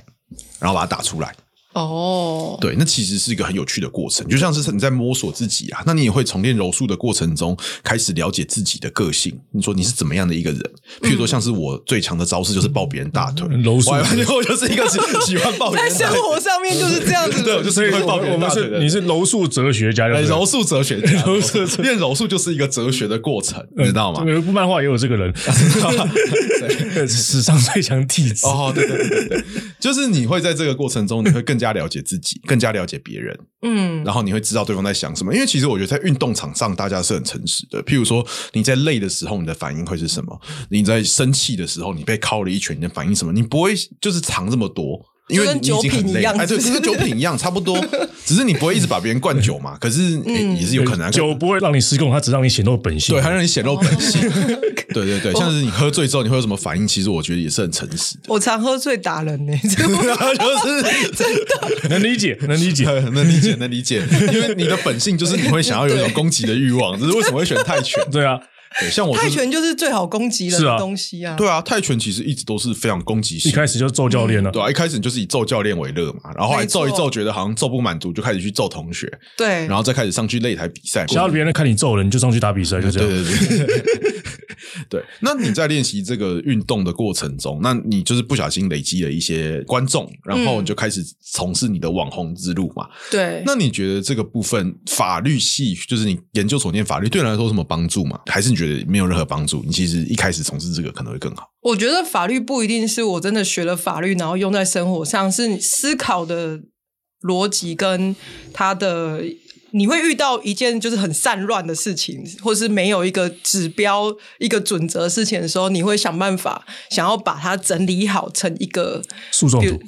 然后把它打出来。
哦，
对，那其实是一个很有趣的过程，就像是你在摸索自己啊。那你也会从练柔术的过程中开始了解自己的个性。你说你是怎么样的一个人？譬如说，像是我最强的招式就是抱别人大腿，
柔术
我还发现我就是一个喜喜欢抱别
在
人大
生
腿。
活上面就是这样子。
对，我就是
所以
会
我
抱别
们我
人
们
大腿的
是
人
你是柔术哲学家，
哎
就是
柔术哲学家，
柔术
练柔术就是一个哲学的过程，你知道吗？
有一部漫画也有这个 人，史上最强弟子。
哦，对对对 对对，就是你会在这个过程中，你会更加了解自己，更加了解别人，
嗯，
然后你会知道对方在想什么。因为其实我觉得在运动场上，大家是很诚实的。譬如说，你在累的时候，你的反应会是
嗯
什么？你在生气的时候，你被敲了一拳，你的反应是什么？你不会就是藏这么多。因为你
就
已
跟
经
酒
很
品
累
一
了，
样
哎，对，
是
跟酒品一 样，差不多，只是你不会一直把别人灌酒
嗯
嘛，可是也也是有可能啊
酒不会让你失控，它只让你显露本性。
对，还让你显露本性。
哦
对对对，像是你喝醉之后你会有什么反应，其实我觉得也是很诚实 的，
我常喝醉打人欸呢、这个
就是
能理解，能理 解。
能理解能理解，因为你的本性就是你会想要有一种攻击的欲望，这是为什么会选泰 拳。
对啊，
对，像我、就
泰
是、
拳就是最好攻击人
是啊
的东西啊。
对啊，泰拳其实一直都是非常攻击
一
性的。
开始就揍教练了，
对啊，一开始你就是以揍教练为乐嘛，然后还
没错
揍一揍，觉得好像揍不满足，就开始去揍同学，
对
然后再开始上去擂台比赛。
想要别人看你揍人，你就上去打比赛，就这
对
样。
对对对 对。那你在练习这个运动的过程中，那你就是不小心累积了一些观众，然
嗯
后你就开始从事你的网红之路嘛。
对，
那你觉得这个部分法律系，就是你研究所念法律，对你来说有什么帮助吗？还是你觉得没有任何帮助？你其实一开始从事这个可能会更好。
我觉得法律不一定是我真的学了法律，然后用在生活上，是你思考的逻辑跟它的。你会遇到一件就是很散乱的事情，或是没有一个指标、一个准则的事情的时候，你会想办法想要把它整理好成一个
诉讼组，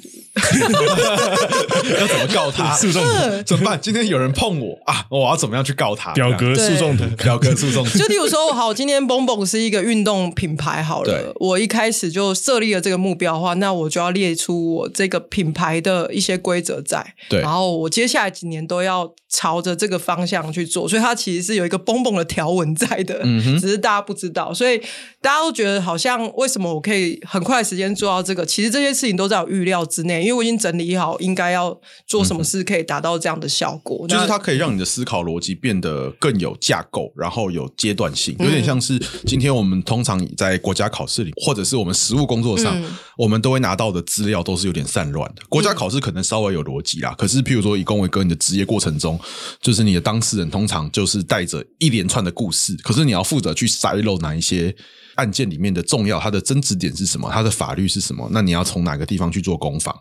要怎么告他？
诉讼组，
怎么办？今天有人碰我啊，我要怎么样去告他？
表格
对
诉讼图，
表格诉讼。
就例如说，好，今天 b o m b o 是一个运动品牌好
对
了，我一开始就设立了这个目标的话，那我就要列出我这个品牌的一些规则在，
对
然后我接下来几年都要朝着这个方向去做，所以它其实是有一个 b o m b o 的条文在的，
嗯哼
只是大家不知道，所以大家都觉得好像为什么我可以很快的时间做到这个，其实这些事情都在我预料之内，因为我已经整理好应该要做什么事可以达到这样的效果，
嗯就是
那
它可以让你的思考逻辑变得更有架构，然后有阶段性，有点
嗯
像是今天我们通常在国家考试里，或者是我们实务工作上，
嗯
我们都会拿到的资料都是有点散乱的。国家
嗯
考试可能稍微有逻辑啦，可是譬如说以公为哥，你的职业过程中，就是你的当事人通常就是带着一连串的故事，可是你要负责去筛漏哪一些。案件里面的重要，它的争执点是什么？它的法律是什么？那你要从哪个地方去做攻防？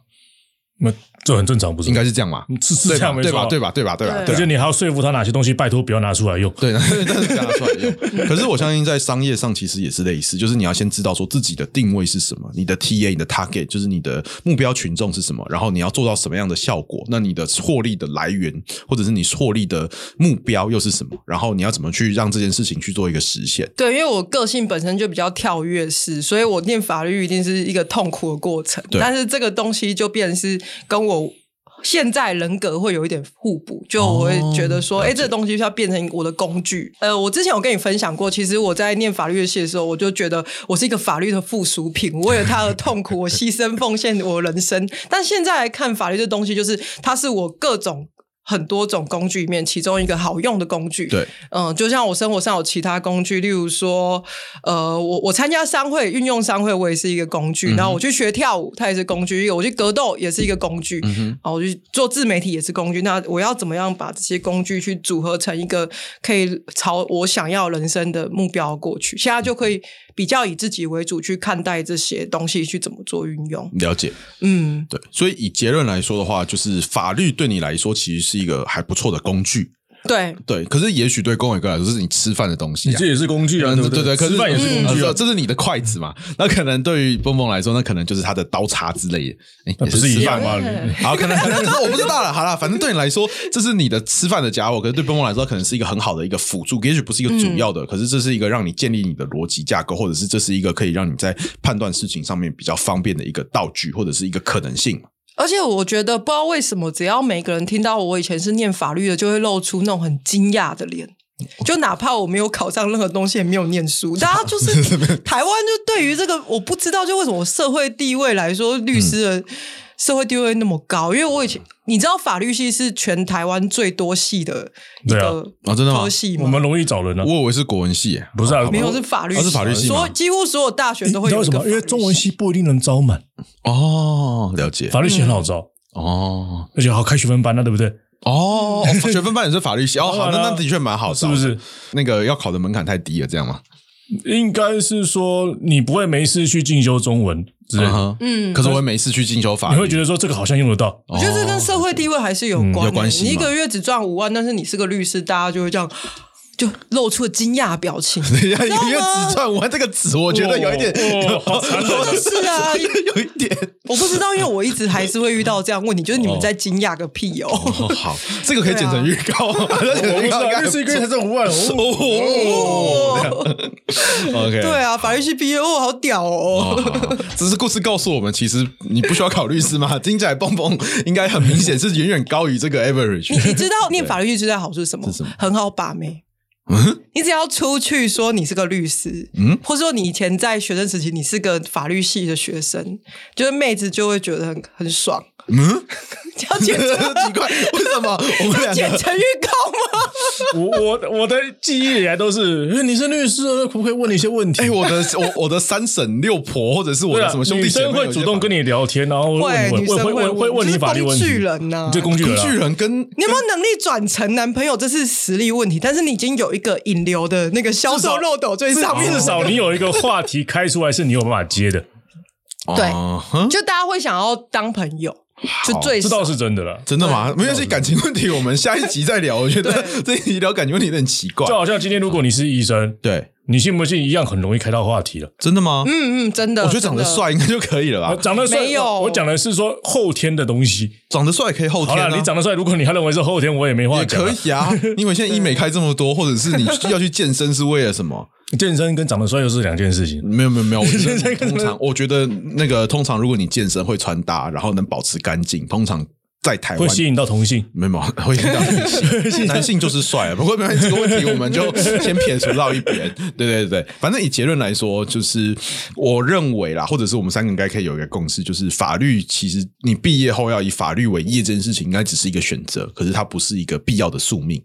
那这很正常，不是？
应该是这样嘛？
嗯是是
对
这样
吧？
没
对
错
吧？
啊。
对吧？对吧？对吧？
对
对
而
啊
且你还要说服他哪些东西，拜托不要拿出来用。
对，但啊是但是这样拿出来用。 可是我相信在商业上其实也是类似，就是你要先知道说自己的定位是什么，你的 TA、你的 target 就是你的目标群众是什么，然后你要做到什么样的效果，那你的获利的来源或者是你获利的目标又是什么，然后你要怎么去让这件事情去做一个实现。
对，因为我个性本身就比较跳跃式，所以我念法律一定是一个痛苦的过程。
对
但是这个东西就变成是跟我现在人格会有一点互补，就我会觉得说，哎、这个东西是要变成我的工具。呃，我之前有跟你分享过，其实我在念法律系的时候，我就觉得我是一个法律的附属品，我为了他的痛苦，我牺牲奉献我人生。但现在来看法律这东西，就是它是我各种。很多种工具里面，其中一个好用的工具，
对，
嗯，就像我生活上有其他工具，例如说，呃，我我参加商会，运用商会，我也是一个工具。然后我去学跳舞，它也是工具；我去格斗，也是一个工具。然后我去做自媒体，也是工具。那我要怎么样把这些工具去组合成一个可以朝我想要人生的目标过去？现在就可以比较以自己为主去看待这些东西，去怎么做运用。
了解。
嗯，
对，所以以结论来说的话，就是法律对你来说其实是一个还不错的工具。
对，
对，可是也许对公伟哥来说，这是你吃饭的东西、
你
啊。
这也是工具啊，
嗯
对不
对对，可是
吃饭也是工具
嗯
啊，
这是你的筷子嘛？那可能对于蹦蹦来说，那可能就是他的刀叉之类的，哎
那不是一样
也
吗？
吃饭
对
你
好，可能可能可是我不知道了。好了，反正对你来说，这是你的吃饭的家伙，可是对蹦蹦来说，可能是一个很好的一个辅助，也许不是一个主要
嗯
的，可是这是一个让你建立你的逻辑架构，或者是这是一个可以让你在判断事情上面比较方便的一个道具，或者是一个可能性嘛。
而且我觉得不知道为什么，只要每个人听到我以前是念法律的，就会露出那种很惊讶的脸。就哪怕我没有考上任何东西，也没有念书，大家就是 台湾就对于这个我不知道，就为什么社会地位来说，律师的
嗯
社会地位那么高？因为我以前你知道法律系是全台湾最多系的一
对啊
个
啊真的吗
科系
我
吗
们？容易找人啊
我。以为是国文系耶，
不是啊
好吧
没有是法律系，
啊是法律系吗
所有几乎所有大学都
你
会
知道
有
为
一
什
个
么？因为
法律
中文系不一定能招满，
哦，了 解
法律系很
嗯
好招，
哦
而且好开学分班啊，对不对？
哦，哦学分班也是法律系哦，好，那
当然
那
啊
的确蛮好，
是不？是？
那个要考的门槛太低了，这样吗？
应该是说你不会没事去进修中文之类的，
嗯哼
嗯
可是我也没事去进修法律，
你会觉得说这个好像用得到。
我觉得这跟社会地位还是有关、
嗯
哦有关系
你一
嘛
个月只赚五万，但是你是个律师，大家就会这样。就露出了惊讶表 情。
等一下，有一个纸串完这个纸，我觉得有一点，，
哦哦好残忍
真的是啊
有一点。
我不知道，因为我一直还是会遇到这样的问题，就是你们在惊讶个屁哦。
哦，好，这个可以剪成预告，啊我
我
啊
不知道，律师一个月才挣五万，哦
哦这样，OK，
对啊，法律系毕业哦，好屌哦！
哦，只是故事告诉我们，其实你不需要考律师嘛， 听起来蹦蹦应该很明显是远远高于这个 average
你。你知道念法律系最大的好处是什么？
是什么
很好把妹。你只要出去说你是个律师，
嗯
或者说你以前在学生时期你是个法律系的学生，就是妹子就会觉得很很爽。
嗯，
只要剪成
奇怪，为什么我们 两
剪
个
成预告吗？
我我我的记忆以来都是，哎你是律师，那可不可以问你一些问题？
哎、 我的我我的三婶六婆，或者是我
对
的
啊，
什么兄弟
女
姐妹，
生会主动跟
你
你聊天，然后问
会，
你
女生
问会
会
问会问
就是
你法律问
工
题，
具人呐、
你这工具
工
人啊，
具人跟
你有没有能力转成男朋友？这是实力问题，但是你已经有一个引流的那个销售漏斗最上面
至
了。
少你有一个话题开出来是你有办法接的，
对
哦哼
就大家会想要当朋友，就最
这倒是真的了。
真的吗？没关系，感情问题我们下一集再聊。我觉得 这一集聊感情问题有点奇怪
就。好像今天如果你是医生，
对，
你信不信一样很容易开到话题了。
真的吗？
嗯嗯，真的。
我觉得长得
真的，
帅应该就可以了
我
吧？
长得帅，
没有
我我啊讲的是说后天的东西。
长得帅可以后
好
天、啊。
了，你长得帅，如果你还认为是后天，我也没话
也
讲
可
啊。
以啊， 因为现在医美开这么多，或者是你要去健身是为了什 么？
健身跟长得帅又是两件事情。
没有没有没有，我觉得通常我觉得那个通常如果你健身会穿搭，然后能保持干净，通常在台
会
湾。
吸引到同性，
没有，没有会引性， 男性就是帅。啊不过没关系，这个问题我们就先撇除到一边。对对对，反正以结论来说，就是我认为啦，或者是我们三个应该可以有一个共识，就是法律其实你毕业后要以法律为业这件事情，应该只是一个选择，可是它不是一个必要的宿命。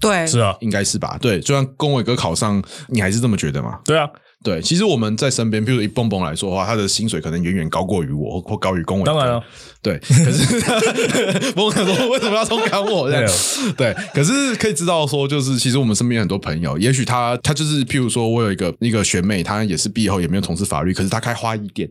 对，
是啊，
应该是吧？对，就像龚伟哥考上，你还是这么觉得吗？
对啊，
对，其实我们在身边，比如以蹦蹦来说的话，他的薪水可能远远高过于我，或或高于龚伟。
当然啊了，
对。可是蹦蹦想说，为什么要冲赶我？这样对，可是可以知道说，就是其实我们身边很多朋友，也许他他就是，譬如说我有一个一个学妹，她也是毕业后也没有从事法律，可是她开花艺店，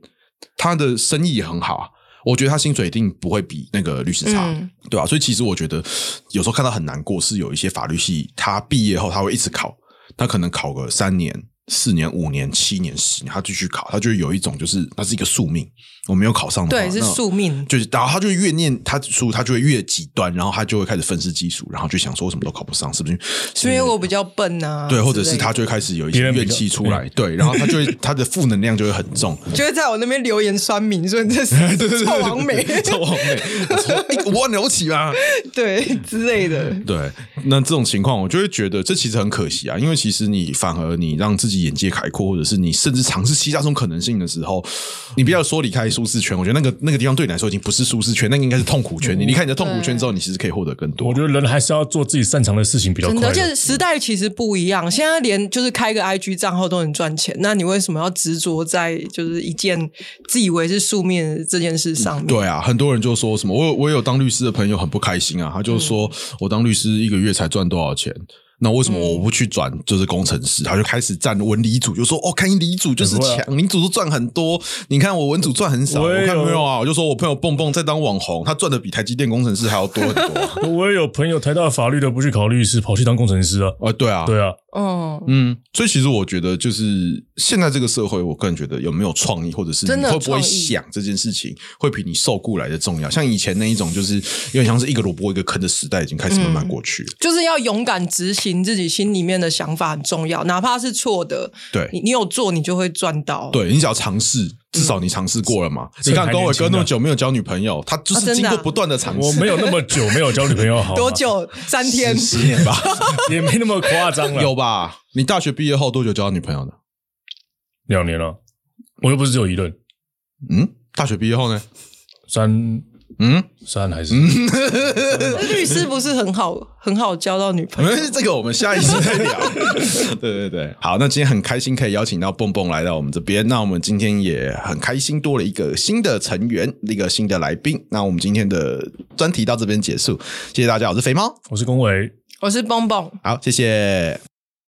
她的生意也很好啊。我觉得她薪水一定不会比那个律师差，
嗯
对啊吧、所以其实我觉得有时候看到很难过，是有一些法律系他毕业后他会一直考，他可能考个三年、四年、五年、七年、十年，他继续考，他就会有一种就是那是一个宿命，我没有考上的话
对，是
那
宿命。
就是，然后他就越念他书，他就会越极端，然后他就会开始愤世嫉俗，然后就想说为什么都考不上，是不是？
是因为我比较笨啊，
对，或者
之
是
类的
他就会开始有一些
别人比较
怨气出来，对，然后他就 会他的负能量就会很重。
就会在我那边留言酸民，说你这是
对对 对，
臭王美，
臭王 美，臭我了不起啊！
对之类的。
对，那这种情况，我就会觉得这其实很可惜啊，因为其实你反而你让自己眼界开阔，或者是你甚至尝试其他种可能性的时候，你不要说离开舒适圈，我觉得那个那个地方对你来说已经不是舒适圈，那个应该是痛苦圈。你离开你的痛苦圈之后，你其实可以获得更多。
我觉得人还是要做自己擅长的事情比较
真
快
的，
乐。
而且时代其实不一样。现在连就是开个 IG 账号都能赚钱，那你为什么要执着在就是一件自以为是宿命的这件事上面？
对啊，很多人就说什么，我有我有当律师的朋友很不开心啊，他就
嗯
说、我当律师一个月才赚多少钱。那为什
嗯
么我不去转就是工程师？他就开始站文理组，就说哦，看你理组就是
很会啊
强，理组都赚很多。你看我文组赚很少，
我
我
也
看
有
没有啊？我就说我朋友蹦蹦在当网红，他赚的比台积电工程师还要多很 多啊。
我也有朋友台大法律的不去考律师，跑去当工程师啊。
呃，对啊，
对啊，
嗯，
嗯，所以其实我觉得，就是现在这个社会，我个人觉得有没有创意，或者是
真
你
的有
会不
创
会
意
想这件事情，会比你受雇来的重要。像以前那一种，就是有点像是一个萝卜一个坑的时代，已经开始慢慢过去了。
就是要勇敢执行自己心里面的想法很重要，哪怕是错的，你嗯
对，
你有做，你就会赚到。，
对你只要尝试，至少你尝试过了嘛。你
趁
看
还
龚伟
年轻
哥那么
啊
久没有交女朋友，他就
啊
是
真
经
的啊
过不断的尝试，
我没有那么久没有交女朋 友，好吗
多？久？三天。
十十年吧，
也没那么夸张 了，
有吧？你大学毕业后多久交女朋友的？
两年了。我又不是只有一任，
嗯，大学毕业后呢？
三
嗯，
三还是
律师不是很好，很好交到女朋
没
友
关。系，这个我们下一集再聊。 对对对，好，那今天很开心可以邀请到蹦蹦来到我们这边，那我们今天也很开心多了一个新的成员，一个新的来宾。那我们今天的专题到这边结束，谢谢大家，我是肥猫，
我是龚维，
我是蹦蹦。
好，谢谢。